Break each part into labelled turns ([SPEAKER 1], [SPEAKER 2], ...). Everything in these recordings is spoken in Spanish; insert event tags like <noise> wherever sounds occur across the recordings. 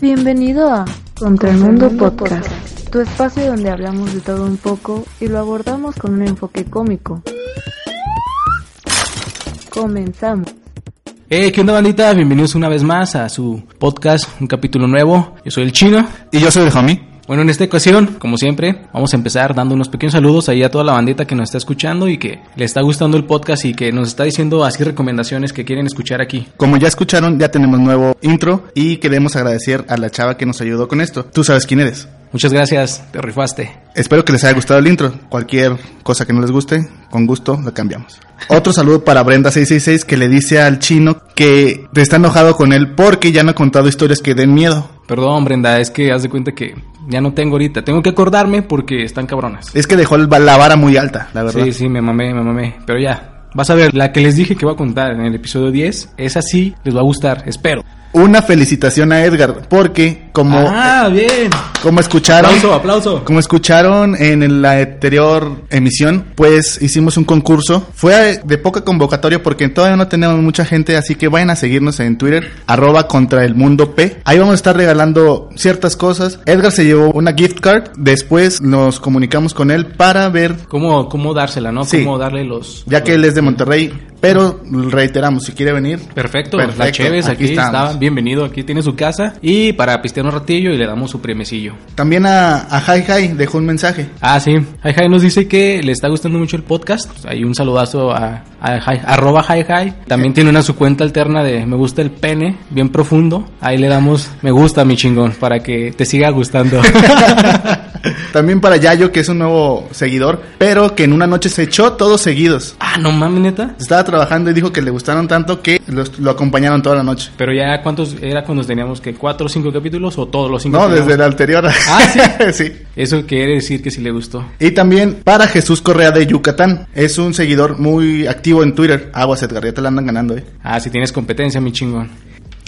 [SPEAKER 1] Bienvenido a Contra el Mundo Podcast, tu espacio donde hablamos de todo un poco y lo abordamos con un enfoque cómico. Comenzamos.
[SPEAKER 2] Hey, Eh, ¿qué onda bandita? Bienvenidos una vez más a su podcast, un capítulo nuevo. Yo soy el chino.
[SPEAKER 3] Y yo soy el homie.
[SPEAKER 2] Bueno, en esta ocasión, como siempre, vamos a empezar dando unos pequeños saludos ahí a toda la bandita que nos está escuchando y que le está gustando el podcast y que nos está diciendo así recomendaciones que quieren escuchar aquí.
[SPEAKER 3] Como ya escucharon, ya tenemos nuevo intro y queremos agradecer a la chava que nos ayudó con esto. Tú sabes quién eres.
[SPEAKER 2] Muchas gracias, te rifaste.
[SPEAKER 3] Espero que les haya gustado el intro. Cualquier cosa que no les guste, con gusto lo cambiamos. Otro saludo para Brenda666 que le dice al chino que está enojado con él porque ya no ha contado historias que den miedo.
[SPEAKER 2] Perdón, Brenda, es que haz de cuenta que ya no tengo ahorita. Tengo que acordarme porque están cabronas.
[SPEAKER 3] Es que dejó el- la vara muy alta, la verdad.
[SPEAKER 2] Sí, sí, me mamé, me mamé. Pero ya, vas a ver, la que les dije que voy a contar en el episodio 10, esa sí les va a gustar, espero.
[SPEAKER 3] Una felicitación a Edgar porque como,
[SPEAKER 2] Ah, bien.
[SPEAKER 3] como escucharon...
[SPEAKER 2] Aplauso, aplauso.
[SPEAKER 3] Como escucharon en la anterior emisión, pues hicimos un concurso. Fue de poca convocatoria porque todavía no tenemos mucha gente, así que vayan a seguirnos en Twitter, arroba contra el mundo P. Ahí vamos a estar regalando ciertas cosas. Edgar se llevó una gift card, después nos comunicamos con él para ver,
[SPEAKER 2] ¿Cómo, cómo dársela, no?
[SPEAKER 3] Sí.
[SPEAKER 2] ¿Cómo darle los...
[SPEAKER 3] ya que él es de Monterrey, pero reiteramos, si quiere venir,
[SPEAKER 2] Perfecto,
[SPEAKER 3] Perfecto,
[SPEAKER 2] la Chévez
[SPEAKER 3] aquí
[SPEAKER 2] aquí,
[SPEAKER 3] estamos.
[SPEAKER 2] está, bienvenido, aquí tiene su casa y para pistear un ratillo y le damos su premiecillo.
[SPEAKER 3] también a, a Hi Hi dejó un mensaje.
[SPEAKER 2] Ah, sí, Hi Hi nos dice que le está gustando mucho el podcast, pues hay un saludazo a, a Hi- arroba Hi Hi, también tiene una su cuenta alterna de me gusta el pene, bien profundo, ahí le damos me gusta mi chingón para que te siga
[SPEAKER 3] <laughs>
[SPEAKER 2] gustando.
[SPEAKER 3] También para Yayo, que es un nuevo seguidor, pero que en una noche se echó todos seguidos.
[SPEAKER 2] ah, no mames, neta.
[SPEAKER 3] Estaba trabajando y dijo que le gustaron tanto que los- lo acompañaron toda la noche.
[SPEAKER 2] Pero ya cuántos era cuando teníamos que cuatro o cinco capítulos o todos los cinco.
[SPEAKER 3] No,
[SPEAKER 2] teníamos?
[SPEAKER 3] desde la anterior.
[SPEAKER 2] Ah,
[SPEAKER 3] <laughs> sí.
[SPEAKER 2] Eso quiere decir que sí le gustó.
[SPEAKER 3] Y también para Jesús Correa de Yucatán. Es un seguidor muy activo en Twitter. Aguas, Edgar, ya te la andan ganando, eh.
[SPEAKER 2] Ah, si tienes competencia, mi chingón.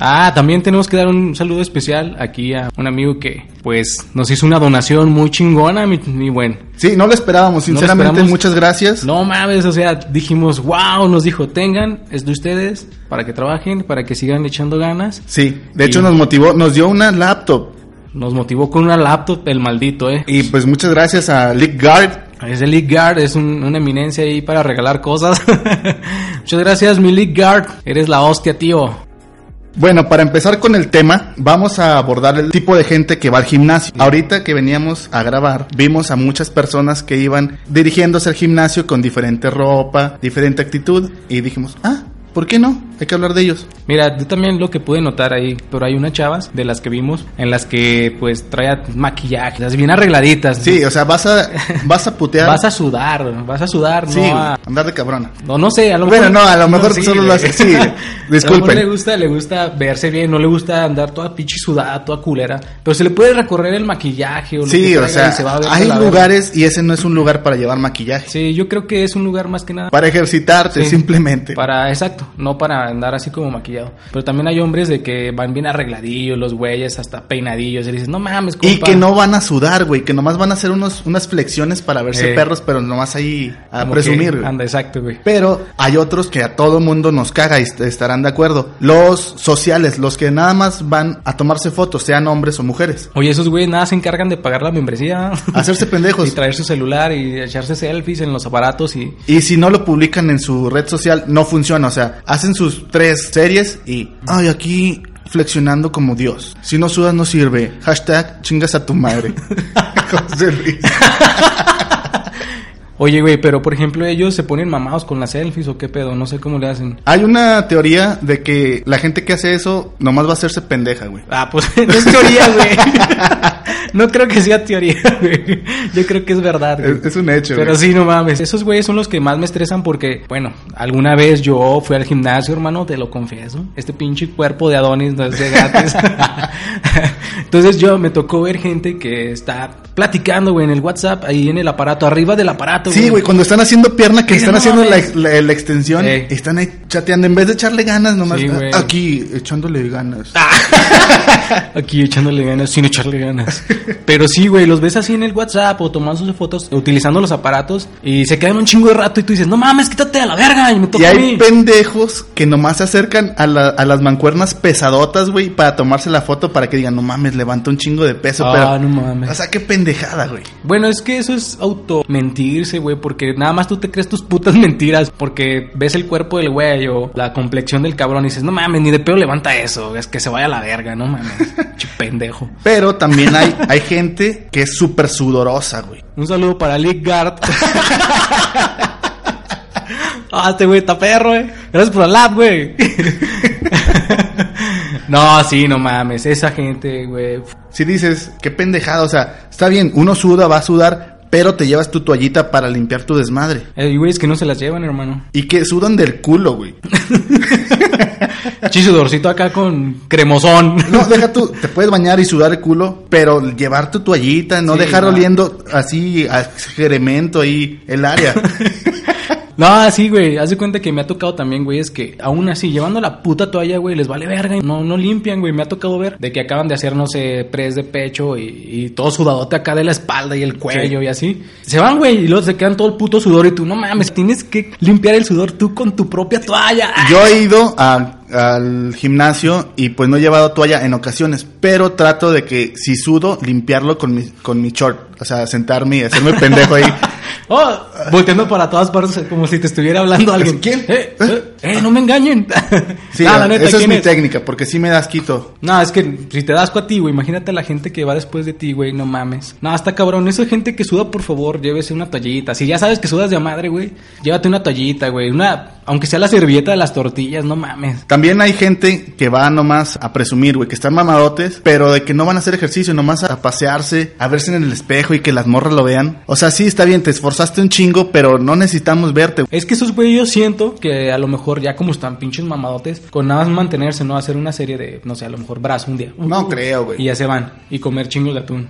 [SPEAKER 2] Ah, también tenemos que dar un saludo especial aquí a un amigo que, pues, nos hizo una donación muy chingona, mi, mi buen.
[SPEAKER 3] Sí, no lo esperábamos,
[SPEAKER 2] No lo
[SPEAKER 3] sinceramente,
[SPEAKER 2] esperamos.
[SPEAKER 3] muchas gracias.
[SPEAKER 2] No mames, o sea, dijimos, wow, nos dijo, tengan, es de ustedes, para que trabajen, para que sigan echando ganas.
[SPEAKER 3] Sí, de hecho
[SPEAKER 2] Y-
[SPEAKER 3] nos motivó, nos dio una laptop.
[SPEAKER 2] Nos motivó con una laptop, el maldito, eh.
[SPEAKER 3] Y pues muchas gracias a Lick Guard.
[SPEAKER 2] Es el League Guard, es un- una eminencia ahí para regalar cosas. <laughs> Muchas gracias, mi League Guard. Eres la hostia, tío.
[SPEAKER 3] Bueno, para empezar con el tema, vamos a abordar el tipo de gente que va al gimnasio. Ahorita que veníamos a grabar, vimos a muchas personas que iban dirigiéndose al gimnasio con diferente ropa, diferente actitud, y dijimos, ah, ¿por qué no? Hay que hablar de ellos.
[SPEAKER 2] Mira, yo también lo que pude notar ahí, pero hay unas chavas de las que vimos en las que pues traía maquillaje, las bien arregladitas.
[SPEAKER 3] Sí, o sea,
[SPEAKER 2] <laughs>
[SPEAKER 3] vas a, vas a putear.
[SPEAKER 2] vas a sudar, vas a sudar,
[SPEAKER 3] sí,
[SPEAKER 2] no a-
[SPEAKER 3] güey, andar de cabrona.
[SPEAKER 2] No, no sé, a lo
[SPEAKER 3] Bueno,
[SPEAKER 2] mejor.
[SPEAKER 3] no, a lo mejor solo lo
[SPEAKER 2] güey.
[SPEAKER 3] hace,
[SPEAKER 2] <laughs>
[SPEAKER 3] sí,
[SPEAKER 2] A lo mejor
[SPEAKER 3] <laughs> disculpen.
[SPEAKER 2] le gusta, le gusta verse bien, no le gusta andar toda pinche sudada, toda culera. Pero se le puede recorrer el maquillaje o lo que
[SPEAKER 3] Sí, o
[SPEAKER 2] traiga y
[SPEAKER 3] sea,
[SPEAKER 2] se va a ver
[SPEAKER 3] hay
[SPEAKER 2] de la verga.
[SPEAKER 3] lugares y ese no es un lugar para llevar maquillaje.
[SPEAKER 2] Sí, yo creo que es un lugar más que nada.
[SPEAKER 3] Para ejercitarte,
[SPEAKER 2] Sí.
[SPEAKER 3] simplemente.
[SPEAKER 2] Para, exacto, no para andar así como maquillado. Pero también hay hombres de que van bien arregladillos, los güeyes, hasta peinadillos. Y dices, no mames,
[SPEAKER 3] Y
[SPEAKER 2] compa".
[SPEAKER 3] que no van a sudar, güey, que nomás van a hacer unos, unas flexiones para verse
[SPEAKER 2] Eh.
[SPEAKER 3] perros, pero nomás ahí a
[SPEAKER 2] Como
[SPEAKER 3] presumir,
[SPEAKER 2] que
[SPEAKER 3] güey.
[SPEAKER 2] Anda, exacto, güey.
[SPEAKER 3] Pero hay otros que a todo mundo nos caga y est- estarán de acuerdo. Los sociales, los que nada más van a tomarse fotos, sean hombres o mujeres.
[SPEAKER 2] Oye, esos güeyes nada se encargan de pagar la
[SPEAKER 3] <laughs>
[SPEAKER 2] membresía. <laughs>
[SPEAKER 3] Hacerse
[SPEAKER 2] y
[SPEAKER 3] pendejos.
[SPEAKER 2] traer su celular y echarse selfies en los aparatos y...
[SPEAKER 3] Y si no lo publican en su red social, no funciona. O sea, hacen sus tres series y, ay, aquí flexionando como Dios. Si no sudas, no sirve. Hashtag chingas a
[SPEAKER 2] <laughs>
[SPEAKER 3] tu madre. José Luis.
[SPEAKER 2] Oye, güey, pero por ejemplo ellos se ponen mamados con las selfies o qué pedo, no sé cómo le hacen.
[SPEAKER 3] Hay una teoría de que la gente que hace eso nomás va a hacerse pendeja, güey.
[SPEAKER 2] Ah, pues <laughs> no es teoría, güey. <laughs> no creo que sea teoría, güey. Yo creo que es verdad, güey.
[SPEAKER 3] Es, es un hecho,
[SPEAKER 2] Pero
[SPEAKER 3] güey.
[SPEAKER 2] sí, no mames. Esos güeyes son los que más me estresan porque, bueno, alguna vez yo fui al gimnasio, hermano, te lo confieso. Este pinche cuerpo de Adonis no es de
[SPEAKER 3] <laughs>
[SPEAKER 2] gratis. Entonces yo me tocó ver gente que está platicando, güey, en el WhatsApp, ahí en el aparato, arriba del aparato.
[SPEAKER 3] Sí, güey, cuando están haciendo pierna, que
[SPEAKER 2] Sí,
[SPEAKER 3] están
[SPEAKER 2] no
[SPEAKER 3] haciendo la,
[SPEAKER 2] mames.
[SPEAKER 3] la- la extensión,
[SPEAKER 2] Ey.
[SPEAKER 3] están ahí chateando. En vez de echarle ganas, nomás
[SPEAKER 2] Sí,
[SPEAKER 3] ah,
[SPEAKER 2] güey. Ah,
[SPEAKER 3] aquí, echándole ganas.
[SPEAKER 2] Aquí echándole ganas, sin echarle
[SPEAKER 3] <laughs>
[SPEAKER 2] ganas. Pero sí, güey, los ves así en el WhatsApp o tomando sus fotos, utilizando los aparatos y se quedan un chingo de rato y tú dices, no mames, quítate a la verga y me
[SPEAKER 3] Y
[SPEAKER 2] toca a
[SPEAKER 3] hay
[SPEAKER 2] mí.
[SPEAKER 3] pendejos que nomás se acercan a, la- a las mancuernas pesadotas, güey, para tomarse la foto para que digan, no mames, levantó un chingo de peso,
[SPEAKER 2] Ah,
[SPEAKER 3] pero.
[SPEAKER 2] no mames.
[SPEAKER 3] O sea, qué pendejada, güey.
[SPEAKER 2] Bueno, es que eso es auto mentirse, güey, porque nada más tú te crees tus putas <laughs> mentiras, porque ves el cuerpo del güey o la complexión del cabrón y dices, no mames, ni de pedo levanta eso, es que se vaya a la verga, no mames, <laughs> che pendejo.
[SPEAKER 3] Pero también hay, hay gente que es súper sudorosa, güey.
[SPEAKER 2] Un saludo para Lick Gard. <laughs> ah, este güey está perro, güey. Gracias por la lab, güey. <laughs> no, sí, no mames, esa gente, güey.
[SPEAKER 3] Si dices, qué pendejada, o sea, está bien, uno suda, va a sudar, pero te llevas tu toallita para limpiar tu desmadre.
[SPEAKER 2] Eh, güey, es que no se las llevan, hermano.
[SPEAKER 3] Y que sudan del culo, güey.
[SPEAKER 2] Chisudorcito acá con cremosón. <laughs>
[SPEAKER 3] No, deja tú, te puedes bañar y sudar el culo, pero llevar tu toallita, no
[SPEAKER 2] Sí,
[SPEAKER 3] dejar
[SPEAKER 2] no.
[SPEAKER 3] oliendo así a excremento ahí el área.
[SPEAKER 2] No, sí, güey. Haz de cuenta que me ha tocado también, güey. Es que aún así, llevando la puta toalla, güey, les vale verga. y No, no limpian, güey. Me ha tocado ver de que acaban de hacer, no sé, press de pecho y, y todo sudadote acá de la espalda y el cuello y así. Se van, güey, y luego se quedan todo el puto sudor y tú, no mames, tienes que limpiar el sudor tú con tu propia toalla.
[SPEAKER 3] Yo he ido a- al gimnasio y pues no he llevado toalla en ocasiones, pero trato de que si sudo, limpiarlo con mi, con mi short. O sea, sentarme y hacerme pendejo ahí.
[SPEAKER 2] <laughs> Oh, volteando para todas partes como si te estuviera hablando alguien.
[SPEAKER 3] ¿Quién?
[SPEAKER 2] Eh, eh, eh, no me engañen. <laughs>
[SPEAKER 3] Sí,
[SPEAKER 2] Ah, la neta,
[SPEAKER 3] esa es
[SPEAKER 2] ¿quién
[SPEAKER 3] mi técnica, porque sí me das quito.
[SPEAKER 2] No, es que si te das asco a ti, güey, imagínate a la gente que va después de ti, güey, no mames. No, está cabrón, esa gente que suda, por favor, llévese una toallita. Si ya sabes que sudas de a madre, güey, llévate una toallita, güey, una aunque sea la servilleta de las tortillas, no mames.
[SPEAKER 3] También hay gente que va nomás a presumir, güey, que están mamadotes, pero de que no van a hacer ejercicio, nomás a pasearse, a verse en el espejo y que las morras lo vean. O sea, sí, está bien, te esforzaste un chingo, pero no necesitamos verte.
[SPEAKER 2] Es que esos güey yo siento que a lo mejor ya como están pinches mamadotes, con nada más mantenerse, no hacer una serie de, no sé, a lo mejor brazo un día.
[SPEAKER 3] No creo,
[SPEAKER 2] Y
[SPEAKER 3] güey.
[SPEAKER 2] ya se van. Y comer chingos de atún.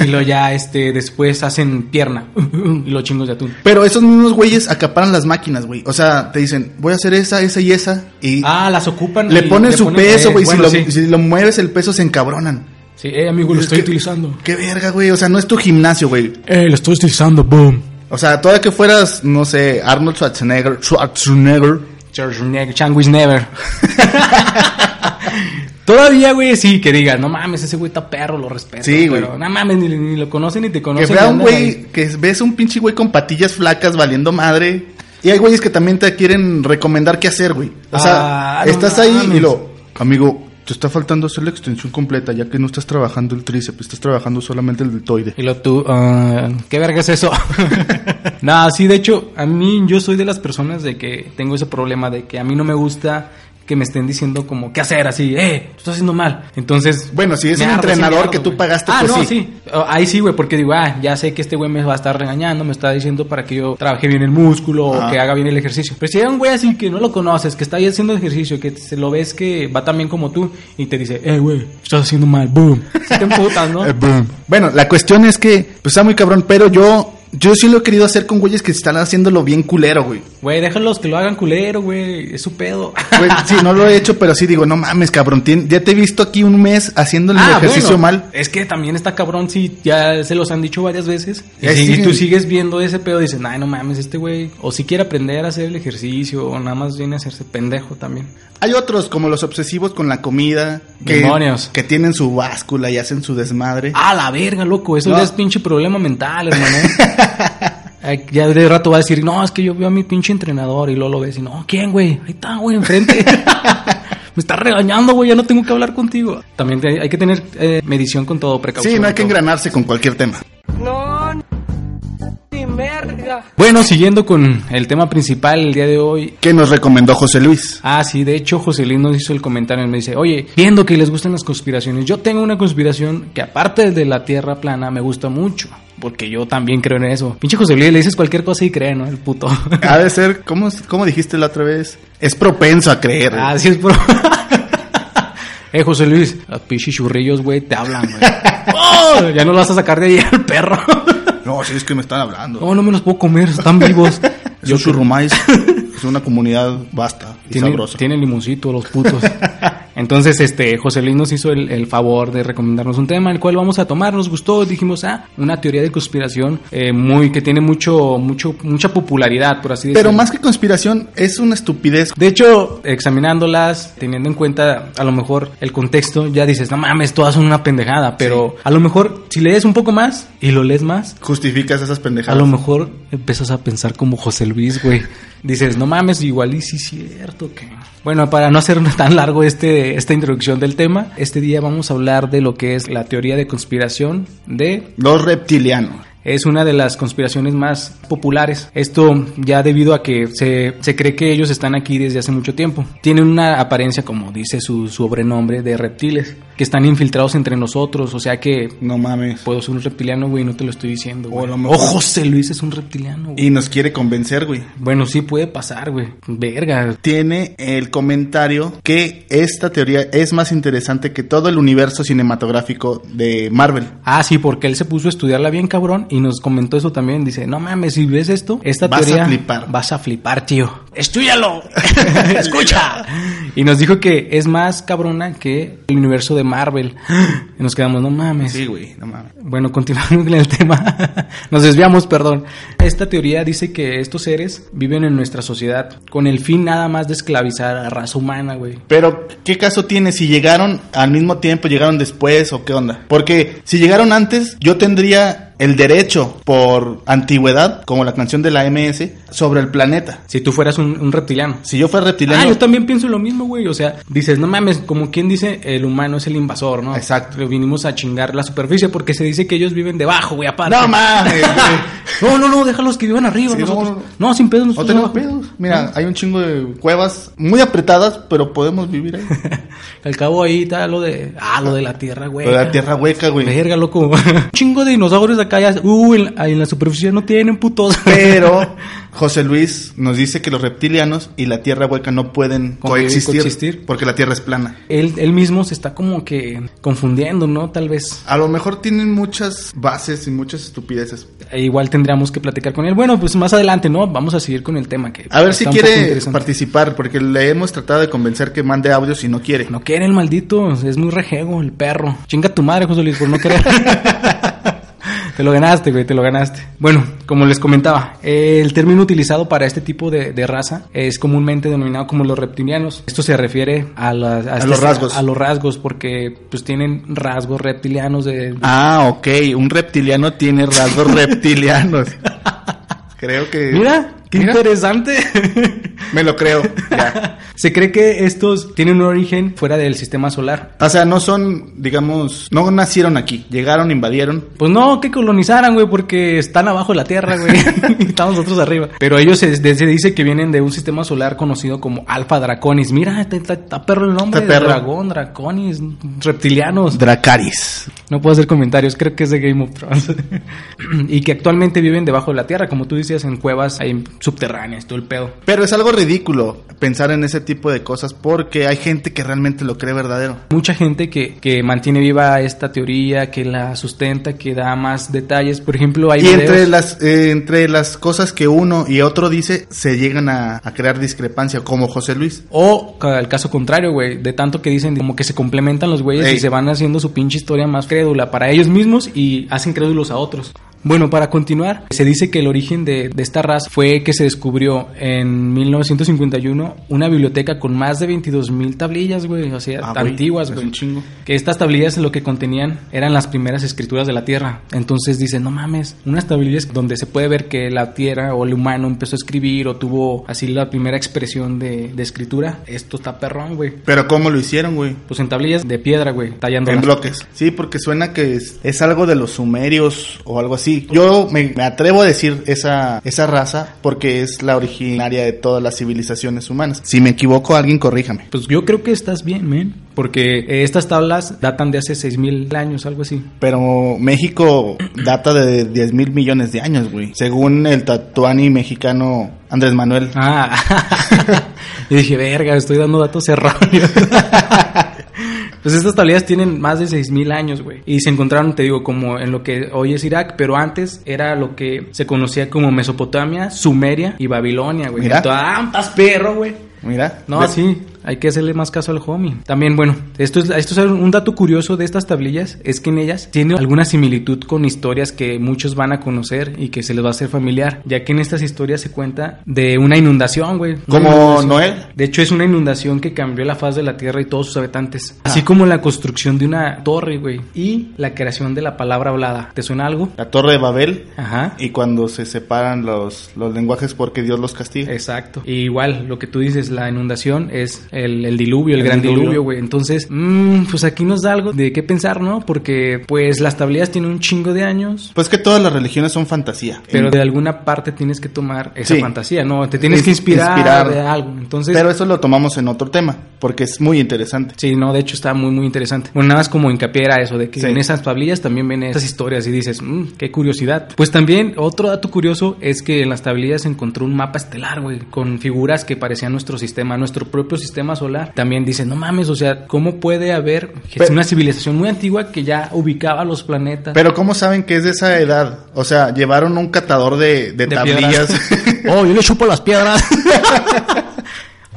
[SPEAKER 2] Y luego ya, este, después hacen pierna. <laughs> Y los chingos de atún.
[SPEAKER 3] Pero esos mismos güeyes acaparan las máquinas, güey. O sea, te dicen, voy a hacer esa, esa y esa. Y
[SPEAKER 2] Ah, las ocupan.
[SPEAKER 3] le
[SPEAKER 2] y eh,
[SPEAKER 3] ponen su peso, güey.
[SPEAKER 2] bueno,
[SPEAKER 3] si, lo-
[SPEAKER 2] sí.
[SPEAKER 3] si lo mueves el peso, se encabronan.
[SPEAKER 2] Sí, eh, amigo, lo
[SPEAKER 3] Es
[SPEAKER 2] estoy
[SPEAKER 3] que-
[SPEAKER 2] utilizando.
[SPEAKER 3] Qué verga, güey. O sea, no es tu gimnasio, güey.
[SPEAKER 2] Eh, lo estoy utilizando, boom.
[SPEAKER 3] O sea, todavía que fueras, no sé, Arnold Schwarzenegger, Schwarzenegger,
[SPEAKER 2] Changuis never. <laughs> Todavía, güey, sí, que diga, no mames, ese güey está perro, lo respeto.
[SPEAKER 3] Sí, güey.
[SPEAKER 2] Pero no mames, ni, ni lo conocen ni te
[SPEAKER 3] que
[SPEAKER 2] conocen. y
[SPEAKER 3] vea un
[SPEAKER 2] andan ahí.
[SPEAKER 3] güey, que ves un pinche güey con patillas flacas valiendo madre. Y hay güeyes que también te quieren recomendar qué hacer, güey. O
[SPEAKER 2] Ah,
[SPEAKER 3] sea,
[SPEAKER 2] no
[SPEAKER 3] estás ahí y
[SPEAKER 2] mames.
[SPEAKER 3] lo, amigo, te está faltando hacer la extensión completa, ya que no estás trabajando el tríceps, estás trabajando solamente el deltoide.
[SPEAKER 2] Y lo tú, ah, ¿qué verga es eso? <laughs> no, sí, de hecho, a mí yo soy de las personas de que tengo ese problema de que a mí no me gusta que me estén diciendo como, ¿qué hacer? Así, eh, tú estás haciendo mal. Entonces...
[SPEAKER 3] Bueno, si es
[SPEAKER 2] me
[SPEAKER 3] un
[SPEAKER 2] arde, sí me
[SPEAKER 3] entrenador
[SPEAKER 2] ardo,
[SPEAKER 3] que tú
[SPEAKER 2] güey.
[SPEAKER 3] pagaste,
[SPEAKER 2] ah,
[SPEAKER 3] pues
[SPEAKER 2] no,
[SPEAKER 3] sí.
[SPEAKER 2] Ah, Ahí sí, güey, porque digo, ah, ya sé que este güey me va a estar regañando, me está diciendo para que yo trabaje bien el músculo
[SPEAKER 3] Ajá.
[SPEAKER 2] o que haga bien el ejercicio. Pero si hay un güey así que no lo conoces, que está ahí haciendo ejercicio, que se lo ves que va tan bien como tú y te dice, eh, güey, estás haciendo mal,
[SPEAKER 3] <laughs>
[SPEAKER 2] boom. Sí te emputas, ¿no?
[SPEAKER 3] Eh, boom. Bueno, la cuestión es que, pues está muy cabrón, pero yo, yo sí lo he querido hacer con güeyes que están haciéndolo bien culero, güey.
[SPEAKER 2] Güey, déjalos que lo hagan culero, güey. Es su pedo. <laughs>
[SPEAKER 3] Güey, sí, no lo he hecho, pero sí digo, no mames, cabrón, tien- ya te he visto aquí un mes haciendo el
[SPEAKER 2] Ah,
[SPEAKER 3] ejercicio
[SPEAKER 2] bueno,
[SPEAKER 3] mal.
[SPEAKER 2] Es que también está cabrón si ya se los han dicho varias veces. Y
[SPEAKER 3] Ya
[SPEAKER 2] si
[SPEAKER 3] siguen.
[SPEAKER 2] tú sigues viendo ese pedo, dices, ay, no mames, este güey. O si quiere aprender a hacer el ejercicio, o nada más viene a hacerse pendejo también.
[SPEAKER 3] Hay otros, como los obsesivos con la comida, que,
[SPEAKER 2] Demonios.
[SPEAKER 3] que tienen su báscula y hacen su desmadre.
[SPEAKER 2] Ah, la verga, loco. Eso
[SPEAKER 3] No.
[SPEAKER 2] ya es pinche problema mental,
[SPEAKER 3] <laughs>
[SPEAKER 2] hermano. Ay, Ya de rato va a decir, no, es que yo veo a mi pinche entrenador y luego lo ves y no, ¿quién, güey? Ahí está, güey,
[SPEAKER 3] <laughs>
[SPEAKER 2] enfrente. Me está regañando, güey, ya no tengo que hablar contigo. También te- hay que tener eh, medición con todo, precaución.
[SPEAKER 3] sí, no hay que
[SPEAKER 2] con todo.
[SPEAKER 3] engranarse con cualquier tema.
[SPEAKER 4] No, ni merga.
[SPEAKER 2] Bueno, siguiendo con el tema principal el día de hoy.
[SPEAKER 3] ¿Qué nos recomendó José Luis?
[SPEAKER 2] Ah, sí, de hecho, José Luis nos hizo el comentario. Me dice, oye, viendo que les gustan las conspiraciones, yo tengo una conspiración que, aparte de la tierra plana, me gusta mucho. Porque yo también creo en eso. Pinche José Luis, le dices cualquier cosa y cree, ¿no? El puto.
[SPEAKER 3] Ha de ser, ¿cómo, cómo dijiste la otra vez? Es propenso a creer.
[SPEAKER 2] Ah, sí, es por. <laughs> eh, José Luis, los pinches churrillos, güey, te hablan, güey. ¡Oh! Ya no lo vas a sacar de ahí al perro. <laughs>
[SPEAKER 3] No, sí, es que me están hablando.
[SPEAKER 2] no, no me los puedo comer, están vivos. <laughs>
[SPEAKER 3] Yo soy Rumais, es una comunidad vasta y
[SPEAKER 2] Tienen,
[SPEAKER 3] sabrosa. <laughs>
[SPEAKER 2] tienen limoncito los putos. Entonces, este, José Luis nos hizo el, el favor de recomendarnos un tema, el cual vamos a tomar, nos gustó, dijimos, ah, una teoría de conspiración eh, muy, que tiene mucho, mucho, mucha popularidad, por así decirlo.
[SPEAKER 3] Pero más que conspiración, es una estupidez.
[SPEAKER 2] De hecho, examinándolas, teniendo en cuenta a lo mejor el contexto, ya dices, no mames, todas son una pendejada, pero a lo mejor si lees un poco más y lo lees más,
[SPEAKER 3] Justificas esas
[SPEAKER 2] a
[SPEAKER 3] pendejadas.
[SPEAKER 2] lo mejor empiezas a pensar como José Luis, güey. Dices, no mames, igual y sí es cierto que... Bueno, para no hacer <laughs> tan largo este, esta introducción del tema, este día vamos a hablar de lo que es la teoría de conspiración de
[SPEAKER 3] Los reptilianos.
[SPEAKER 2] es una de las conspiraciones más populares. Esto ya debido a que se, se cree que ellos están aquí desde hace mucho tiempo. Tienen una apariencia, como dice su sobrenombre, de reptiles, que están infiltrados entre nosotros. O sea que
[SPEAKER 3] No mames.
[SPEAKER 2] puedo ser un reptiliano, güey, no te lo estoy diciendo.
[SPEAKER 3] O a
[SPEAKER 2] güey.
[SPEAKER 3] lo mejor-
[SPEAKER 2] Oh, José Luis es un reptiliano, güey.
[SPEAKER 3] Y nos quiere convencer, güey.
[SPEAKER 2] Bueno, sí puede pasar, güey. Verga.
[SPEAKER 3] Tiene el comentario que esta teoría es más interesante que todo el universo cinematográfico de Marvel.
[SPEAKER 2] Ah, sí, porque él se puso a estudiarla bien cabrón y nos comentó eso también. Dice, no mames, si ves esto, esta
[SPEAKER 3] Vas a
[SPEAKER 2] teoría...
[SPEAKER 3] flipar.
[SPEAKER 2] Vas a flipar, tío.
[SPEAKER 3] <laughs>
[SPEAKER 2] ¡Estúdialo! <laughs> ¡Escucha! y nos dijo que es más cabrona que el universo de Marvel. y nos quedamos, no mames.
[SPEAKER 3] güey, no mames.
[SPEAKER 2] Bueno, continuando con el tema, <laughs> nos desviamos, perdón. Esta teoría dice que estos seres viven en nuestra sociedad con el fin nada más de esclavizar a la raza humana, güey.
[SPEAKER 3] Pero, ¿qué caso tiene si llegaron al mismo tiempo, llegaron después o qué onda? Porque si llegaron antes, yo tendría el derecho por antigüedad, como la canción de la MS, sobre el planeta.
[SPEAKER 2] Si tú fueras un- un reptiliano.
[SPEAKER 3] Si yo fuera
[SPEAKER 2] Ah,
[SPEAKER 3] reptiliano,
[SPEAKER 2] yo también pienso lo mismo, güey. O sea, dices, no mames, como quien dice, el humano es el invasor, ¿no?
[SPEAKER 3] Exacto.
[SPEAKER 2] Pero vinimos a chingar la superficie porque se dice que ellos viven debajo, güey, aparte.
[SPEAKER 3] No mames,
[SPEAKER 2] <laughs>
[SPEAKER 3] güey.
[SPEAKER 2] no, no, no, déjalos que vivan arriba,
[SPEAKER 3] Sí,
[SPEAKER 2] nosotros. No,
[SPEAKER 3] no.
[SPEAKER 2] sin pedos,
[SPEAKER 3] no
[SPEAKER 2] nosotros.
[SPEAKER 3] tenemos
[SPEAKER 2] abajo.
[SPEAKER 3] pedos. Mira, hay un chingo de cuevas muy apretadas, pero podemos vivir ahí.
[SPEAKER 2] Al cabo ahí está lo de. Ah, lo de la tierra, güey.
[SPEAKER 3] Lo de la tierra hueca, güey.
[SPEAKER 2] Verga, loco. <laughs> Un chingo de dinosaurios acá ya. Uh, en la, en la superficie no tienen putos.
[SPEAKER 3] <laughs> Pero José Luis nos dice que los reptilianos y la tierra hueca no pueden
[SPEAKER 2] Convivir,
[SPEAKER 3] coexistir,
[SPEAKER 2] coexistir.
[SPEAKER 3] porque la tierra es plana.
[SPEAKER 2] <laughs> él, él mismo se está como que confundiendo, ¿no? Tal vez.
[SPEAKER 3] A lo mejor tienen muchas bases y muchas estupideces.
[SPEAKER 2] E igual tendríamos que platicar con él. Bueno, pues más adelante, ¿no? Vamos a seguir con el tema. Que
[SPEAKER 3] A ver si
[SPEAKER 2] está un poco
[SPEAKER 3] quiere
[SPEAKER 2] interesante.
[SPEAKER 3] participar, porque le hemos tratado de convencer que mande audios y no quiere.
[SPEAKER 2] No quiere el maldito, es muy rejego, el perro. Chinga tu madre, José Luis, por no
[SPEAKER 3] <laughs>
[SPEAKER 2] querer. te lo ganaste, güey, te lo ganaste. Bueno, como les comentaba, eh, el término utilizado para este tipo de, de raza es comúnmente denominado como los reptilianos. Esto se refiere a, las-
[SPEAKER 3] A
[SPEAKER 2] este-
[SPEAKER 3] los rasgos.
[SPEAKER 2] A los rasgos, porque pues tienen rasgos reptilianos de...
[SPEAKER 3] Ah, ok, un reptiliano tiene <laughs> rasgos reptilianos. Creo que...
[SPEAKER 2] Mira, qué
[SPEAKER 3] Mira,
[SPEAKER 2] interesante.
[SPEAKER 3] <laughs> me lo creo. ya.
[SPEAKER 2] se cree que estos tienen un origen fuera del sistema solar.
[SPEAKER 3] O sea, no son, digamos, no nacieron aquí, llegaron, invadieron.
[SPEAKER 2] Pues no, que colonizaran, güey, porque están abajo de la Tierra, güey. <laughs> y Estamos nosotros arriba. Pero ellos se, de- se dice que vienen de un sistema solar conocido como Alfa Draconis. Mira, está, está- está perro el nombre.
[SPEAKER 3] Está perro.
[SPEAKER 2] Dragón, Draconis, reptilianos.
[SPEAKER 3] Dracaris.
[SPEAKER 2] No puedo hacer comentarios, creo que es de Game of Thrones. <laughs> y que actualmente viven debajo de la Tierra, como tú decías, en cuevas ahí subterráneas, todo el pedo.
[SPEAKER 3] Pero es algo ridículo pensar en ese tipo de cosas porque hay gente que realmente lo cree verdadero.
[SPEAKER 2] Mucha gente que, que mantiene viva esta teoría, que la sustenta, que da más detalles. Por ejemplo, hay
[SPEAKER 3] Y entre
[SPEAKER 2] videos-
[SPEAKER 3] las, eh, entre las cosas que uno y otro dice, se llegan a, a crear discrepancia, como José Luis.
[SPEAKER 2] O ca- el caso contrario, güey, de tanto que dicen como que se complementan los güeyes
[SPEAKER 3] Ey.
[SPEAKER 2] y se van haciendo su pinche historia más crédula para ellos mismos y hacen crédulos a otros. Bueno, para continuar, se dice que el origen de, de esta raza fue que se descubrió en 1951 una biblioteca con más de 22 mil tablillas, güey, o sea,
[SPEAKER 3] Ah, güey,
[SPEAKER 2] antiguas,
[SPEAKER 3] es
[SPEAKER 2] güey.
[SPEAKER 3] un chingo.
[SPEAKER 2] Que estas tablillas lo que contenían eran las primeras escrituras de la Tierra. Entonces dicen, no mames, unas tablillas donde se puede ver que la Tierra o el humano empezó a escribir o tuvo así la primera expresión de, de escritura. Esto está perrón, güey.
[SPEAKER 3] Pero ¿cómo lo hicieron, güey?
[SPEAKER 2] Pues en tablillas de piedra, güey, tallando.
[SPEAKER 3] En
[SPEAKER 2] las-
[SPEAKER 3] bloques. Sí, porque suena que es, es algo de los sumerios o algo así. Yo me, me atrevo a decir esa, esa raza porque es la originaria de todas las civilizaciones humanas. Si me equivoco, alguien corríjame.
[SPEAKER 2] Pues yo creo que estás bien, men. Porque eh, estas tablas datan de hace 6.000 años, algo así.
[SPEAKER 3] Pero México data de 10 mil millones de años, güey. Según el tatuani mexicano Andrés Manuel.
[SPEAKER 2] Ah, <laughs> y dije, verga, estoy dando datos erróneos. <laughs> Pues estas tablillas tienen más de 6.000 años, güey. Y se encontraron, te digo, como en lo que hoy es Irak, pero antes era lo que se conocía como Mesopotamia, Sumeria y Babilonia, güey.
[SPEAKER 3] Mira.
[SPEAKER 2] Y tú, Ah, estás perro, güey.
[SPEAKER 3] Mira.
[SPEAKER 2] No,
[SPEAKER 3] Ve-
[SPEAKER 2] sí. Hay que hacerle más caso al homie. También, bueno, esto es, esto es un dato curioso de estas tablillas, es que en ellas tiene alguna similitud con historias que muchos van a conocer y que se les va a hacer familiar, ya que en estas historias se cuenta de una inundación, güey. Una
[SPEAKER 3] ¿Como
[SPEAKER 2] inundación.
[SPEAKER 3] Noé?
[SPEAKER 2] De hecho, es una inundación que cambió la faz de la Tierra y todos sus habitantes, así como la construcción de una torre, güey, y la creación de la palabra hablada. ¿Te suena algo?
[SPEAKER 3] La Torre de Babel
[SPEAKER 2] Ajá.
[SPEAKER 3] y cuando se separan los, los lenguajes porque Dios los castiga.
[SPEAKER 2] Exacto. Y igual, lo que tú dices, la inundación es el, el diluvio, el,
[SPEAKER 3] El
[SPEAKER 2] gran
[SPEAKER 3] diluvio.
[SPEAKER 2] diluvio, güey. Entonces, mm, pues aquí nos da algo de qué pensar, ¿no? Porque, pues, las tablillas tienen un chingo de años.
[SPEAKER 3] Pues que todas las religiones son fantasía.
[SPEAKER 2] Pero de alguna parte tienes que tomar esa
[SPEAKER 3] Sí.
[SPEAKER 2] fantasía, ¿no? Te tienes
[SPEAKER 3] Es-
[SPEAKER 2] que inspirar,
[SPEAKER 3] inspirar.
[SPEAKER 2] de algo. Entonces,
[SPEAKER 3] Pero eso lo tomamos en otro tema, porque es muy interesante.
[SPEAKER 2] Sí, no, de hecho está muy, muy interesante. Bueno, nada más como hincapié era eso, de que
[SPEAKER 3] Sí.
[SPEAKER 2] en esas tablillas también ven esas historias y dices, "Mm, qué curiosidad. Pues también, otro dato curioso es que en las tablillas se encontró un mapa estelar, güey, con figuras que parecían nuestro sistema, nuestro propio sistema solar. También dicen, no mames, o sea, ¿cómo puede haber
[SPEAKER 3] Pe-
[SPEAKER 2] una civilización muy antigua que ya ubicaba los planetas?
[SPEAKER 3] Pero ¿cómo saben que es de esa edad? O sea, llevaron un catador de, de
[SPEAKER 2] De
[SPEAKER 3] <laughs> tablillas.
[SPEAKER 2] piedras. oh, yo le chupo las piedras.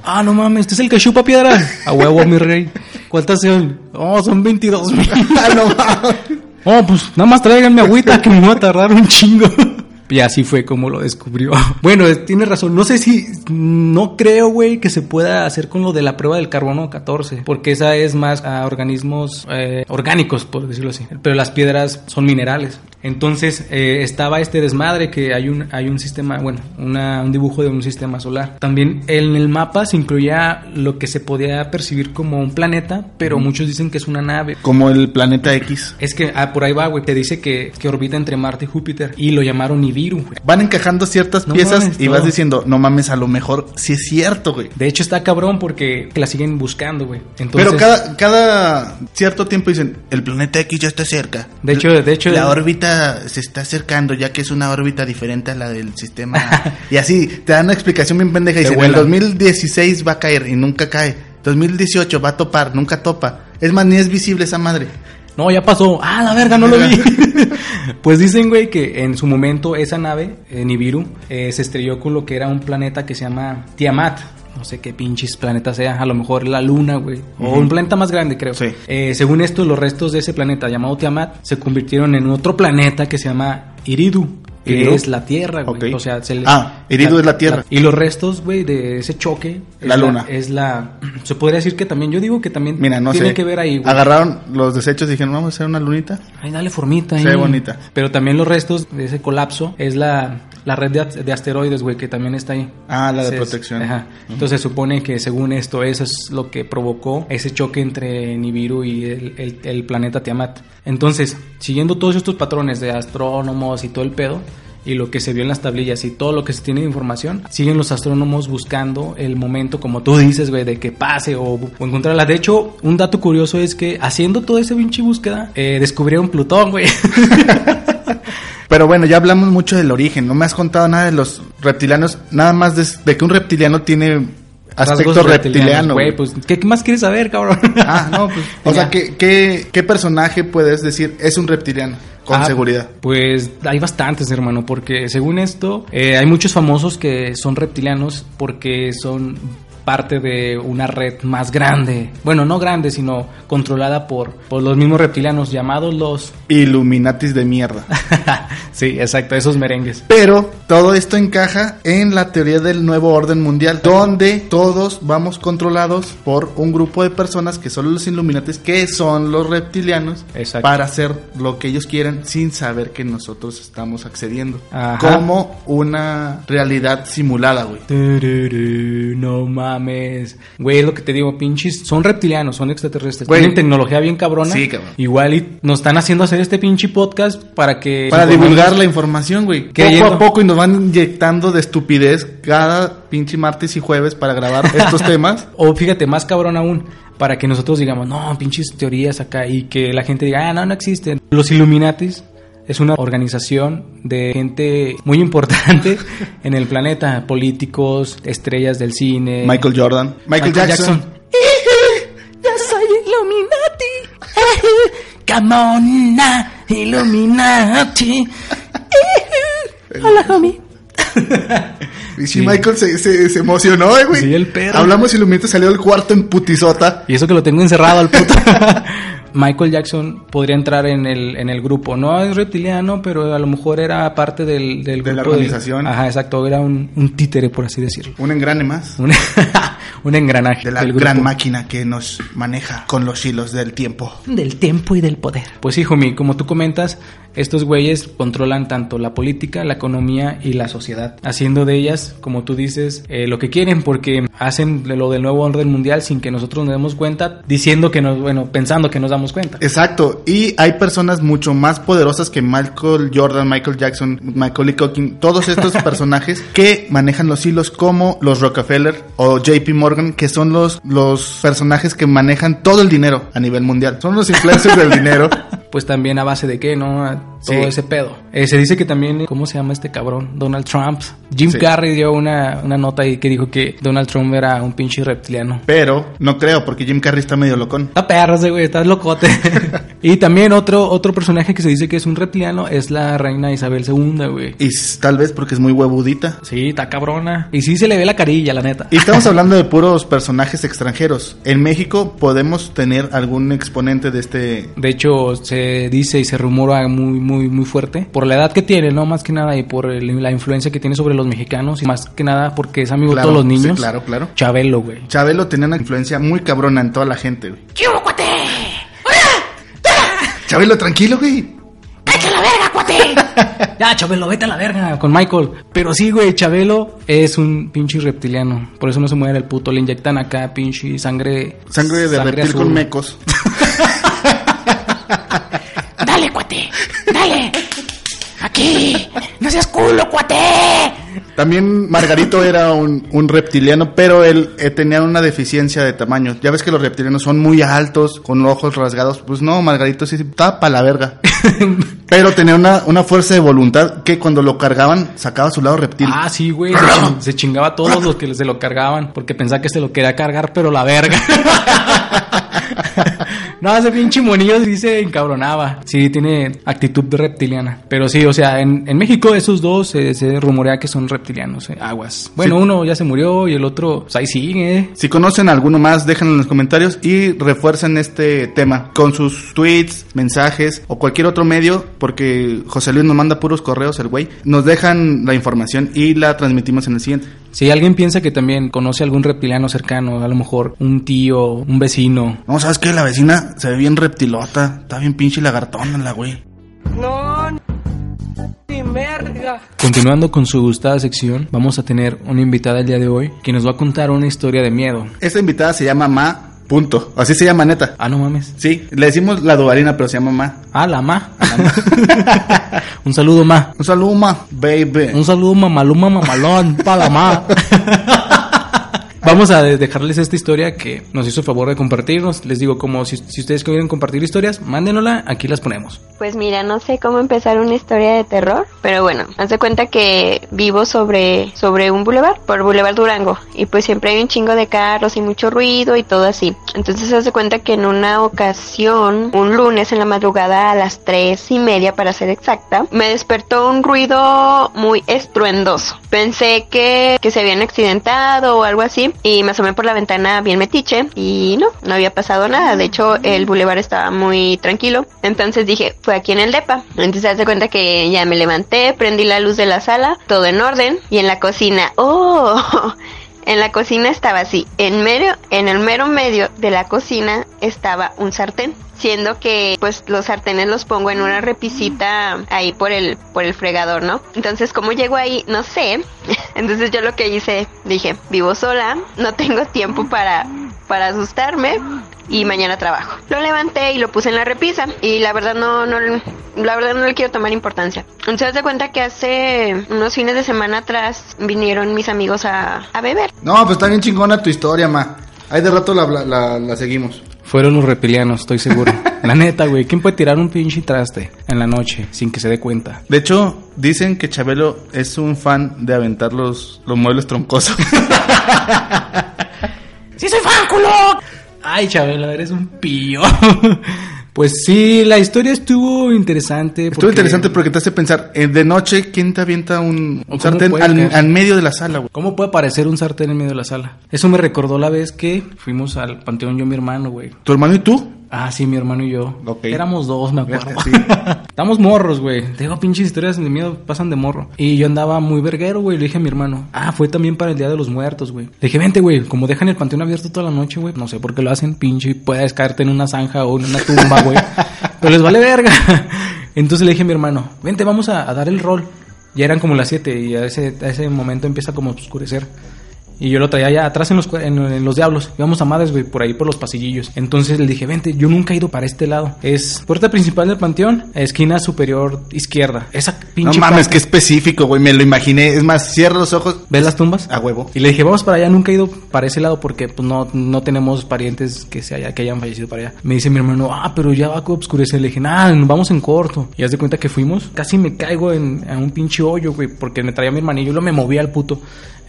[SPEAKER 2] ah, no mames, este es el que chupa piedras. A huevo, mi rey. ¿Cuántas son? Oh, son 22
[SPEAKER 3] <laughs>
[SPEAKER 2] mil.
[SPEAKER 3] Ah,
[SPEAKER 2] <laughs> Oh, pues nada más tráiganme agüita que me va a tardar un chingo. <laughs> Y así fue como lo descubrió. <laughs> Bueno, eh, tiene razón. No sé si. No creo, güey, que se pueda hacer con lo de la prueba del carbono 14. Porque esa es más a organismos eh, orgánicos, por decirlo así. Pero las piedras son minerales. Entonces eh, estaba este desmadre que hay un, hay un sistema, bueno, una- un dibujo de un sistema solar. También en el mapa se incluía lo que se podía percibir como un planeta, pero muchos dicen que es una nave.
[SPEAKER 3] Como el planeta X.
[SPEAKER 2] Es que ah, por ahí va, güey. Te dice que, que orbita entre Marte y Júpiter. Y lo llamaron Nibiru, güey.
[SPEAKER 3] Van encajando ciertas
[SPEAKER 2] No
[SPEAKER 3] piezas
[SPEAKER 2] mames,
[SPEAKER 3] y
[SPEAKER 2] todo.
[SPEAKER 3] vas diciendo, no mames, a lo mejor sí es cierto, güey.
[SPEAKER 2] De hecho, está cabrón porque la siguen buscando, güey. Entonces,
[SPEAKER 3] Pero cada, cada cierto tiempo dicen, el planeta X ya está cerca.
[SPEAKER 2] De hecho- de hecho-
[SPEAKER 3] La órbita se está acercando, ya que es una órbita diferente a la del <laughs> sistema. y así, te dan una explicación bien pendeja. Y
[SPEAKER 2] Te
[SPEAKER 3] dicen, el
[SPEAKER 2] vuelan.
[SPEAKER 3] 2016 va a caer y nunca cae. 2018 va a topar, nunca topa. Es más, ni es visible esa madre.
[SPEAKER 2] No, ya pasó. Ah, la verga, no lo
[SPEAKER 3] <laughs>
[SPEAKER 2] vi. pues dicen, güey, que en su momento esa nave, eh, Nibiru, eh, se estrelló con lo que era un planeta que se llama Tiamat. No sé qué pinches planeta sea, a lo mejor la luna, güey. O
[SPEAKER 3] Ujú.
[SPEAKER 2] un planeta más grande, creo.
[SPEAKER 3] Sí.
[SPEAKER 2] Eh, según esto, los restos de ese planeta llamado Tiamat se convirtieron en otro planeta que se llama Iridu, que
[SPEAKER 3] ¿Iridu?
[SPEAKER 2] es la Tierra, güey.
[SPEAKER 3] Ok.
[SPEAKER 2] O sea, se le-
[SPEAKER 3] Ah, Iridu es la Tierra.
[SPEAKER 2] y los restos, güey, de ese choque. es
[SPEAKER 3] La luna.
[SPEAKER 2] es la. <clears throat> Se podría decir que también. Yo digo que también
[SPEAKER 3] Mira, no
[SPEAKER 2] tiene
[SPEAKER 3] sé.
[SPEAKER 2] que ver ahí, güey.
[SPEAKER 3] Agarraron los desechos y dijeron, vamos a hacer una lunita.
[SPEAKER 2] Ay, dale formita.
[SPEAKER 3] Se
[SPEAKER 2] ahí.
[SPEAKER 3] ve bonita.
[SPEAKER 2] Pero también los restos de ese colapso es la, la red de, as- de asteroides, güey, que también está ahí.
[SPEAKER 3] Ah, la de
[SPEAKER 2] Entonces,
[SPEAKER 3] protección.
[SPEAKER 2] Ajá. Entonces se supone que según esto, eso es lo que provocó ese choque entre Nibiru y el, el- el planeta Tiamat. Entonces, siguiendo todos estos patrones de astrónomos y todo el pedo, y lo que se vio en las tablillas y todo lo que se tiene de información, siguen los astrónomos buscando el momento, como tú dices, güey, de que pase o, o encontrarla. De hecho, un dato curioso es que haciendo toda esa pinche búsqueda, eh, descubrieron Plutón, güey. <laughs>
[SPEAKER 3] Pero bueno, ya hablamos mucho del origen. No me has contado nada de los reptilianos. Nada más de, de que un reptiliano tiene aspecto
[SPEAKER 2] Rasgos
[SPEAKER 3] reptiliano.
[SPEAKER 2] reptilianos, güey.
[SPEAKER 3] güey.
[SPEAKER 2] Pues, ¿qué, qué más quieres saber, cabrón?
[SPEAKER 3] Ah,
[SPEAKER 2] <laughs>
[SPEAKER 3] no, pues. O
[SPEAKER 2] Ya.
[SPEAKER 3] sea, ¿qué, qué, qué personaje puedes decir es un reptiliano? Con
[SPEAKER 2] Ah,
[SPEAKER 3] seguridad.
[SPEAKER 2] Pues hay bastantes, hermano, porque según esto, eh, hay muchos famosos que son reptilianos porque son parte de una red más grande. Bueno, no grande, sino controlada por, por los mismos reptilianos llamados los... <laughs>
[SPEAKER 3] Illuminatis de mierda.
[SPEAKER 2] sí, exacto, esos merengues.
[SPEAKER 3] Pero todo esto encaja en la teoría del nuevo orden mundial, donde todos vamos controlados por un grupo de personas que son los Illuminatis, que son los reptilianos,
[SPEAKER 2] Exacto.
[SPEAKER 3] para hacer lo que ellos quieran sin saber que nosotros estamos accediendo.
[SPEAKER 2] Ajá.
[SPEAKER 3] Como una realidad simulada, güey.
[SPEAKER 2] Tururú, No mames. Güey, es lo que te digo, pinches. Son reptilianos, son extraterrestres.
[SPEAKER 3] Güey.
[SPEAKER 2] Tienen tecnología bien cabrona.
[SPEAKER 3] Sí, cabrón.
[SPEAKER 2] Igual y nos están haciendo hacer este pinche podcast para que.
[SPEAKER 3] Para
[SPEAKER 2] informemos-
[SPEAKER 3] divulgar la información, güey. Poco
[SPEAKER 2] Creyendo.
[SPEAKER 3] a poco y nos van inyectando de estupidez cada pinche martes y jueves para grabar
[SPEAKER 2] <laughs>
[SPEAKER 3] estos temas.
[SPEAKER 2] O fíjate, más cabrón aún, para que nosotros digamos, no, pinches teorías acá, y que la gente diga, ah, no, no existen. Los Illuminatis es una organización de gente muy
[SPEAKER 3] <laughs>
[SPEAKER 2] importante en el planeta, políticos, estrellas del cine.
[SPEAKER 3] Michael Jordan. Michael, Jackson.
[SPEAKER 2] <laughs> Yo soy Illuminati. <laughs> Come on, na, Illuminati. Hola, homie.
[SPEAKER 3] Y
[SPEAKER 2] Sí.
[SPEAKER 3] Michael se, se, se emocionó, eh, güey.
[SPEAKER 2] Sí, el perro.
[SPEAKER 3] Hablamos y Lumiente salió del cuarto en putizota.
[SPEAKER 2] Y eso que lo tengo encerrado al puto. <laughs> Michael Jackson podría entrar en el, en el grupo. No es reptiliano, pero a lo mejor era parte del, del
[SPEAKER 3] De la
[SPEAKER 2] grupo del-
[SPEAKER 3] organización.
[SPEAKER 2] ajá, exacto. Era un, un títere, por así decirlo.
[SPEAKER 3] Un engrane más.
[SPEAKER 2] Un, <laughs> un engranaje.
[SPEAKER 3] De la
[SPEAKER 2] del grupo.
[SPEAKER 3] gran máquina que nos maneja con los hilos del tiempo.
[SPEAKER 2] del tiempo y del poder. Pues hijo mío, como tú comentas, estos güeyes controlan tanto la política, la economía y la sociedad, haciendo de ellas, como tú dices, eh, lo que quieren, porque hacen de lo del nuevo orden mundial sin que nosotros nos demos cuenta, diciendo que nos, bueno, pensando que nos damos cuenta.
[SPEAKER 3] Exacto, y hay personas mucho más poderosas que Michael Jordan, Michael Jackson, Michael Culkin, todos
[SPEAKER 2] <laughs>
[SPEAKER 3] estos personajes que manejan los hilos como los Rockefeller o JP Morgan, que son los, los personajes que manejan todo el dinero a nivel mundial. Son los
[SPEAKER 2] <laughs>
[SPEAKER 3] influencers del dinero.
[SPEAKER 2] Pues también a base de qué, ¿no? A todo
[SPEAKER 3] Sí.
[SPEAKER 2] ese pedo. Eh, se dice que también, ¿cómo se llama este cabrón? Donald Trump. Jim
[SPEAKER 3] Sí.
[SPEAKER 2] Carrey dio una, una nota ahí que dijo que Donald Trump era un pinche reptiliano.
[SPEAKER 3] Pero no creo, porque Jim Carrey está medio locón.
[SPEAKER 2] Está perro ese güey, estás
[SPEAKER 3] <laughs>
[SPEAKER 2] locote. y también otro, otro personaje que se dice que es un reptiliano es la reina Isabel II, güey.
[SPEAKER 3] Y s- tal vez porque es muy huevudita.
[SPEAKER 2] Sí, está cabrona. Y sí se le ve la carilla, la neta.
[SPEAKER 3] Y estamos hablando de puros personajes extranjeros. En México podemos tener algún exponente de este...
[SPEAKER 2] De hecho, se dice y se rumora muy, muy, muy fuerte por la edad que tiene, ¿no? Más que nada y por el- la influencia que tiene sobre los mexicanos y más que nada porque es amigo
[SPEAKER 3] Claro,
[SPEAKER 2] de todos los
[SPEAKER 3] sí,
[SPEAKER 2] niños.
[SPEAKER 3] claro, claro.
[SPEAKER 2] Chabelo, güey.
[SPEAKER 3] Chabelo tenía una influencia muy cabrona en toda la gente, güey.
[SPEAKER 5] ¿Qué hubo, cuate?
[SPEAKER 3] Chabelo, tranquilo, güey.
[SPEAKER 5] ¡Cállate la verga, cuate!
[SPEAKER 2] Ya, Chabelo, vete a la verga con Michael. Pero sí, güey, Chabelo es un pinche reptiliano. Por eso no se mueve el puto. Le inyectan acá pinche sangre.
[SPEAKER 3] Sangre de reptil
[SPEAKER 2] azul.
[SPEAKER 3] con mecos.
[SPEAKER 5] ¡Dale, cuate! ¡Dale! ¡Aquí! ¡No seas culo, cuate!
[SPEAKER 3] También Margarito era un, un reptiliano, pero él eh, tenía una deficiencia de tamaño. Ya ves que los reptilianos son muy altos, con ojos rasgados. Pues no, Margarito sí estaba pa' la verga. Pero tenía una, una fuerza de voluntad que cuando lo cargaban sacaba su lado reptil.
[SPEAKER 2] Ah, sí, güey. Se, chin- se chingaba a todos los que se lo cargaban. Porque pensaba que se lo quería cargar, pero la verga. <laughs> no, ese pinche monillo sí se encabronaba. Sí, tiene actitud de reptiliana. Pero sí, o sea, en, en México esos dos eh, se rumorea que son reptilianos. eh, aguas. Bueno,
[SPEAKER 3] Sí.
[SPEAKER 2] uno ya se murió y el otro, pues ahí sigue. eh.
[SPEAKER 3] Si conocen alguno más, déjenlo en los comentarios y refuercen este tema con sus tweets, mensajes o cualquier otro medio, porque José Luis nos manda puros correos, el güey. Nos dejan la información y la transmitimos en el siguiente.
[SPEAKER 2] Si alguien piensa que también conoce algún reptiliano cercano, a lo mejor un tío, un vecino.
[SPEAKER 3] No, ¿sabes qué? La vecina se ve bien reptilota. Está bien pinche lagartona la güey.
[SPEAKER 4] No, ni merga.
[SPEAKER 2] Continuando con su gustada sección, vamos a tener una invitada el día de hoy que nos va a contar una historia de miedo.
[SPEAKER 3] Esta invitada se llama Ma. Punto. Así se llama neta.
[SPEAKER 2] Ah, no mames.
[SPEAKER 3] Sí, le decimos la dubalina, pero se llama Ma.
[SPEAKER 2] Ah, la ma. <laughs> un saludo, ma.
[SPEAKER 3] Un saludo, Ma. Baby.
[SPEAKER 2] Un saludo, mamaluma, mamalón, para la ma. Vamos a dejarles esta historia que nos hizo favor de compartirnos. Les digo, como si, si ustedes quieren compartir historias, mándenosla, aquí las ponemos.
[SPEAKER 6] Pues mira, no sé cómo empezar una historia de terror, pero bueno, haz de cuenta que vivo sobre, sobre un bulevar, por Boulevard Durango, y pues siempre hay un chingo de carros y mucho ruido y todo así. Entonces haz de cuenta que en una ocasión, un lunes en la madrugada a las tres y media para ser exacta, me despertó un ruido muy estruendoso. Pensé que, que se habían accidentado o algo así, y me asomé por la ventana bien metiche, y no, no había pasado nada. De hecho, el bulevar estaba muy tranquilo. Entonces dije, fue aquí en el DEPA. Entonces se hace cuenta que ya me levanté, prendí la luz de la sala, todo en orden. Y en la cocina, <laughs> ¡oh! En la cocina estaba así. En medio, en el mero medio de la cocina estaba un sartén. Siendo que pues los sartenes los pongo en una repisita ahí por el, por el fregador, ¿no? Entonces, ¿cómo llego ahí? No sé. <laughs> Entonces yo lo que hice, dije, vivo sola, no tengo tiempo para, para asustarme y mañana trabajo. Lo levanté y lo puse en la repisa y la verdad no, no, la verdad no le quiero tomar importancia. Entonces de cuenta que hace unos fines de semana atrás vinieron mis amigos a, a beber.
[SPEAKER 3] No, pues está bien chingona tu historia, Ma. Ahí de rato la, la- la seguimos.
[SPEAKER 2] Fueron los reptilianos, estoy seguro. <laughs> la neta, güey, ¿quién puede tirar un pinche traste en la noche sin que se dé cuenta?
[SPEAKER 3] De hecho, dicen que Chabelo es un fan de aventar los, los muebles <laughs> troncosos.
[SPEAKER 2] ¡Sí soy fan, culo! Ay, Chabelo, eres un pillo. <laughs> Pues sí, la historia estuvo interesante.
[SPEAKER 3] Estuvo interesante porque te hace pensar, eh, de noche, ¿quién te avienta un
[SPEAKER 2] ¿O cómo
[SPEAKER 3] sartén
[SPEAKER 2] puede
[SPEAKER 3] al,
[SPEAKER 2] caer?
[SPEAKER 3] al medio de la sala, güey?
[SPEAKER 2] ¿Cómo puede aparecer un sartén en medio de la sala? Eso me recordó la vez que fuimos al panteón yo y mi hermano, güey.
[SPEAKER 3] ¿Tu hermano y tú?
[SPEAKER 2] Ah, sí, mi hermano y yo.
[SPEAKER 3] Ok.
[SPEAKER 2] Éramos dos, me acuerdo.
[SPEAKER 3] <laughs> Sí.
[SPEAKER 2] <laughs> Estamos morros, güey. Te digo, pinches historias de miedo pasan de morro. Y yo andaba muy verguero, güey. Le dije a mi hermano, ah, fue también para el Día de los Muertos, güey. Le dije, vente, güey. Como dejan el panteón abierto toda la noche, güey. No sé por qué lo hacen, pinche. Puedes caerte en una zanja o en una tumba,
[SPEAKER 3] <laughs>
[SPEAKER 2] güey. Pero les vale verga. <laughs> Entonces le dije a mi hermano, vente, vamos a, a dar el rol. Ya eran como las 7 y a ese, a ese momento empieza como a oscurecer. Y yo lo traía ya atrás en los, cua- en, en los diablos. Íbamos a madres, güey, por ahí por los pasillillos. Entonces le dije, vente, yo nunca he ido para este lado. Es puerta principal del panteón, esquina superior izquierda. Esa
[SPEAKER 3] No
[SPEAKER 2] pinche.
[SPEAKER 3] mames,
[SPEAKER 2] casa.
[SPEAKER 3] qué específico, güey. Me lo imaginé. Es más, cierro los ojos
[SPEAKER 2] ¿Ves las tumbas?
[SPEAKER 3] a huevo.
[SPEAKER 2] Y le dije, vamos para allá, nunca he ido para ese lado porque pues no, no tenemos parientes que se haya, que hayan fallecido para allá. Me dice mi hermano, ah, pero ya va a oscurecer. Le dije, nada, nos vamos en corto. Y haz de cuenta que fuimos, casi me caigo en, a un pinche hoyo, güey, porque me traía mi hermanillo y lo me movía al puto.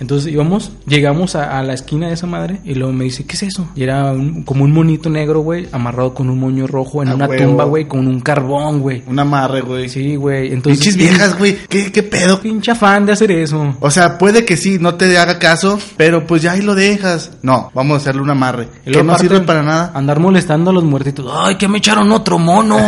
[SPEAKER 2] Entonces íbamos, llegamos a, a la esquina de esa madre y luego me dice, ¿qué es eso? Y era un- como un monito negro, güey, amarrado con un moño rojo en
[SPEAKER 3] A
[SPEAKER 2] una
[SPEAKER 3] huevo.
[SPEAKER 2] tumba, güey, con un carbón, güey.
[SPEAKER 3] Un amarre, güey.
[SPEAKER 2] Sí, güey. Entonces,
[SPEAKER 3] Pinches viejas, güey. ¿Qué, ¿Qué pedo?
[SPEAKER 2] Pinche afán de hacer eso.
[SPEAKER 3] O sea, puede que sí, no te haga caso, pero pues ya ahí lo dejas. No, vamos a hacerle un amarre.
[SPEAKER 2] Y
[SPEAKER 3] que
[SPEAKER 2] luego
[SPEAKER 3] no
[SPEAKER 2] aparte,
[SPEAKER 3] sirve para nada.
[SPEAKER 2] Andar molestando a los muertitos. ¡Ay, que me echaron otro
[SPEAKER 3] <laughs>
[SPEAKER 2] mono!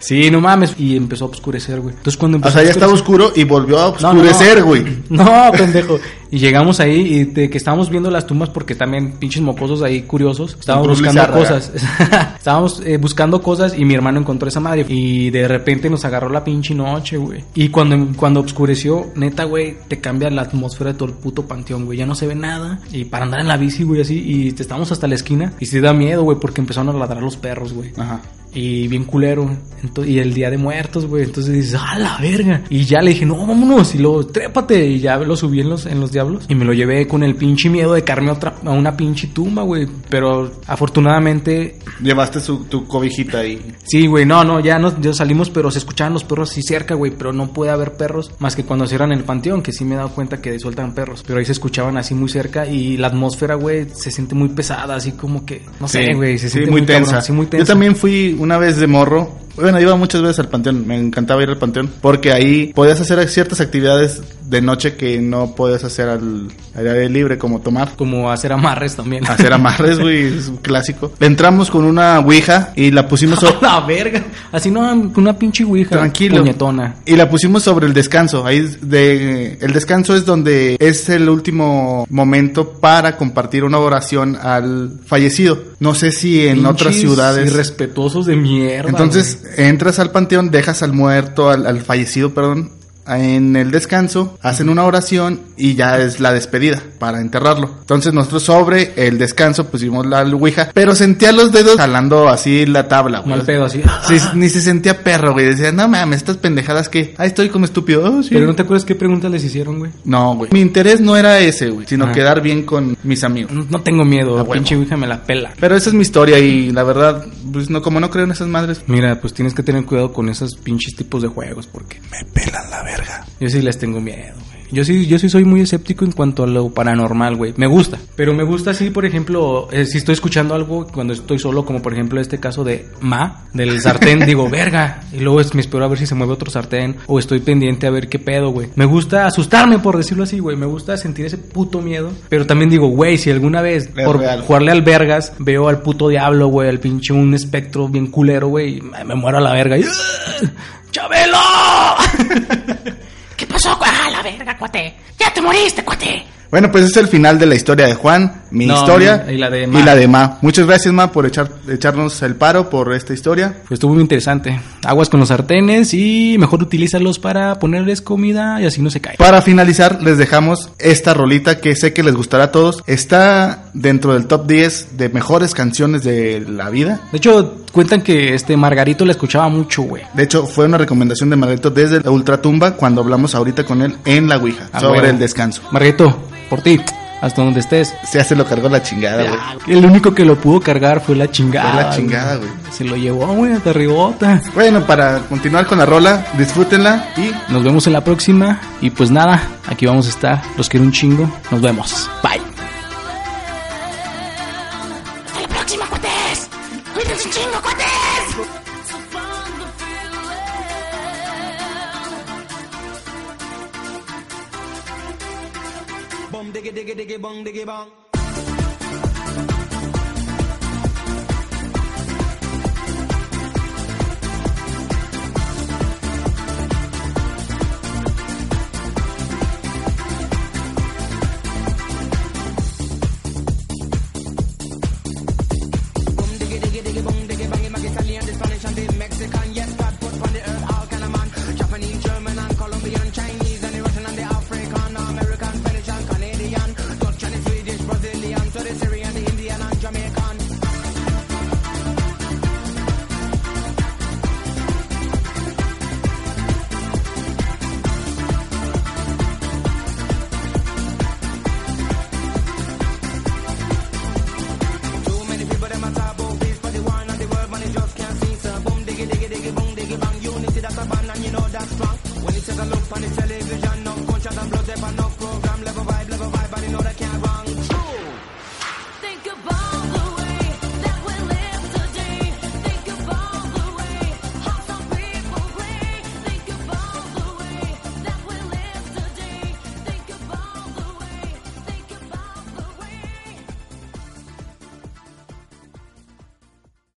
[SPEAKER 2] sí, no mames. Y empezó a oscurecer, güey. Entonces cuando
[SPEAKER 3] O
[SPEAKER 2] empezó
[SPEAKER 3] sea,
[SPEAKER 2] a
[SPEAKER 3] ya estaba
[SPEAKER 2] oscurecer-
[SPEAKER 3] oscuro y volvió a
[SPEAKER 2] No, no, no.
[SPEAKER 3] oscurecer, güey.
[SPEAKER 2] <laughs> No, pendejo. Y llegamos ahí y de que estábamos viendo las tumbas porque también pinches mocosos ahí curiosos. Estábamos
[SPEAKER 3] Cruz
[SPEAKER 2] buscando
[SPEAKER 3] Lizárraga.
[SPEAKER 2] cosas. <laughs> estábamos eh, buscando cosas y mi hermano encontró esa madre. Y de repente nos agarró la pinche noche, güey. Y cuando, cuando oscureció, neta, güey, te cambia la atmósfera de todo el puto panteón, güey. Ya no se ve nada. Y para andar en la bici, güey, así. Y te estábamos hasta la esquina. Y se da miedo, güey, porque empezaron a ladrar los perros, güey.
[SPEAKER 3] Ajá.
[SPEAKER 2] Y bien culero. Ento- y el día de muertos, güey. Entonces dices, ¡ah, la verga! Y ya le dije, no, vámonos. Y luego, trépate. Y ya lo subí en los, en los diablos. Y me lo llevé con el pinche miedo de carme a, otra, a una pinche tumba, güey. Pero afortunadamente,
[SPEAKER 3] Llevaste su, tu cobijita ahí.
[SPEAKER 2] sí, güey. No, no, ya nos ya salimos, pero se escuchaban los perros así cerca, güey. Pero no puede haber perros más que cuando cierran el panteón, que sí me he dado cuenta que sueltan perros. Pero ahí se escuchaban así muy cerca. Y la atmósfera, güey, se siente muy pesada, así como que, no sé, güey. Se
[SPEAKER 3] sí,
[SPEAKER 2] siente
[SPEAKER 3] muy,
[SPEAKER 2] cabrón,
[SPEAKER 3] tensa.
[SPEAKER 2] sí, muy tensa.
[SPEAKER 3] Yo también fui una vez de morro. Bueno, iba muchas veces al panteón. Me encantaba ir al panteón. Porque ahí podías hacer ciertas actividades de noche que no podías hacer al, al aire libre, como tomar.
[SPEAKER 2] Como hacer amarres también.
[SPEAKER 3] <laughs> Hacer amarres, güey, es un clásico. Entramos con una ouija y la pusimos
[SPEAKER 2] <laughs> A
[SPEAKER 3] <laughs> so-
[SPEAKER 2] la verga. Así no, con una pinche ouija.
[SPEAKER 3] Tranquilo.
[SPEAKER 2] Puñetona.
[SPEAKER 3] Y la pusimos sobre el descanso. Ahí es de el descanso es donde es el último momento para compartir una oración al fallecido. No sé si en otras
[SPEAKER 2] Pinches
[SPEAKER 3] ciudades.
[SPEAKER 2] Irrespetuosos de mierda.
[SPEAKER 3] Entonces entras al panteón, dejas al muerto, al, al fallecido, perdón, en el descanso, hacen una oración y ya es la despedida para enterrarlo. Entonces nosotros sobre el descanso pusimos la ouija, pero sentía los dedos jalando así la tabla.
[SPEAKER 2] güey.
[SPEAKER 3] güey.
[SPEAKER 2] Mal pedo así.
[SPEAKER 3] eh, Sí, ni se sentía perro, güey. Decía, no mames, estas pendejadas que... Ah, estoy como estúpido. Ah, sí.
[SPEAKER 2] Pero no te acuerdas qué preguntas les hicieron, güey.
[SPEAKER 3] No, güey. Mi interés no era ese, güey, sino
[SPEAKER 2] Ah.
[SPEAKER 3] quedar bien con mis amigos.
[SPEAKER 2] No, no tengo miedo.
[SPEAKER 3] A
[SPEAKER 2] La
[SPEAKER 3] huevo.
[SPEAKER 2] pinche ouija me la pela.
[SPEAKER 3] Pero esa es mi historia y la verdad, pues no, como no creo en esas madres,
[SPEAKER 2] Mira, pues tienes que tener cuidado con esos pinches tipos de juegos porque me pelan la verga. Yo sí les tengo miedo, güey. Yo sí, yo sí soy muy escéptico en cuanto a lo paranormal, güey. Me gusta. Pero me gusta así, por ejemplo, eh, si estoy escuchando algo cuando estoy solo, como por ejemplo este caso de Ma, del
[SPEAKER 3] <laughs>
[SPEAKER 2] sartén, digo, verga. Y luego es- me espero a ver si se mueve otro sartén o estoy pendiente a ver qué pedo, güey. Me gusta asustarme, por decirlo así, güey. Me gusta sentir ese puto miedo. Pero también digo, güey, si alguna vez
[SPEAKER 3] Es
[SPEAKER 2] por
[SPEAKER 3] real.
[SPEAKER 2] jugarle al vergas, veo al puto diablo, güey, al pinche un espectro bien culero, güey, y me me muero a la verga. Y, "¡Ugh! ¡Chabelo! ¡Oh!
[SPEAKER 5] <laughs> ¿Qué pasó? cua- ¡Ah, la verga, cuate! ¡Ya te moriste, cuate!
[SPEAKER 3] Bueno, pues es el final de la historia de Juan, mi
[SPEAKER 2] No,
[SPEAKER 3] historia
[SPEAKER 2] y la de Ma.
[SPEAKER 3] y Ma. Muchas gracias Ma por echar, echarnos el paro por esta historia.
[SPEAKER 2] Pues estuvo muy interesante. Aguas con los sartenes y mejor utilízalos para ponerles comida y así no se cae.
[SPEAKER 3] Para finalizar, les dejamos esta rolita que sé que les gustará a todos. Está dentro del top 10 de mejores canciones de la vida.
[SPEAKER 2] De hecho, cuentan que este Margarito la escuchaba mucho, güey.
[SPEAKER 3] De hecho, fue una recomendación de Margarito desde la Ultratumba cuando hablamos ahorita con él en la Ouija
[SPEAKER 2] A
[SPEAKER 3] sobre
[SPEAKER 2] huevo.
[SPEAKER 3] el descanso.
[SPEAKER 2] Margarito, por ti, hasta donde estés.
[SPEAKER 3] Se hace lo cargó la chingada, güey.
[SPEAKER 2] El único que lo pudo cargar fue la chingada.
[SPEAKER 3] Fue la chingada, güey.
[SPEAKER 2] Se lo llevó, güey, hasta ribota.
[SPEAKER 3] Bueno, para continuar con la rola, disfrútenla y
[SPEAKER 2] Nos vemos en la próxima. Y pues nada, aquí vamos a estar. Los quiero un chingo. Nos vemos. Bye.
[SPEAKER 5] ¡Hasta la próxima, cuates! ¡Cuídense un chingo!
[SPEAKER 7] tengo cuates!
[SPEAKER 5] Bom diggy diggy diggy bong diggy bong.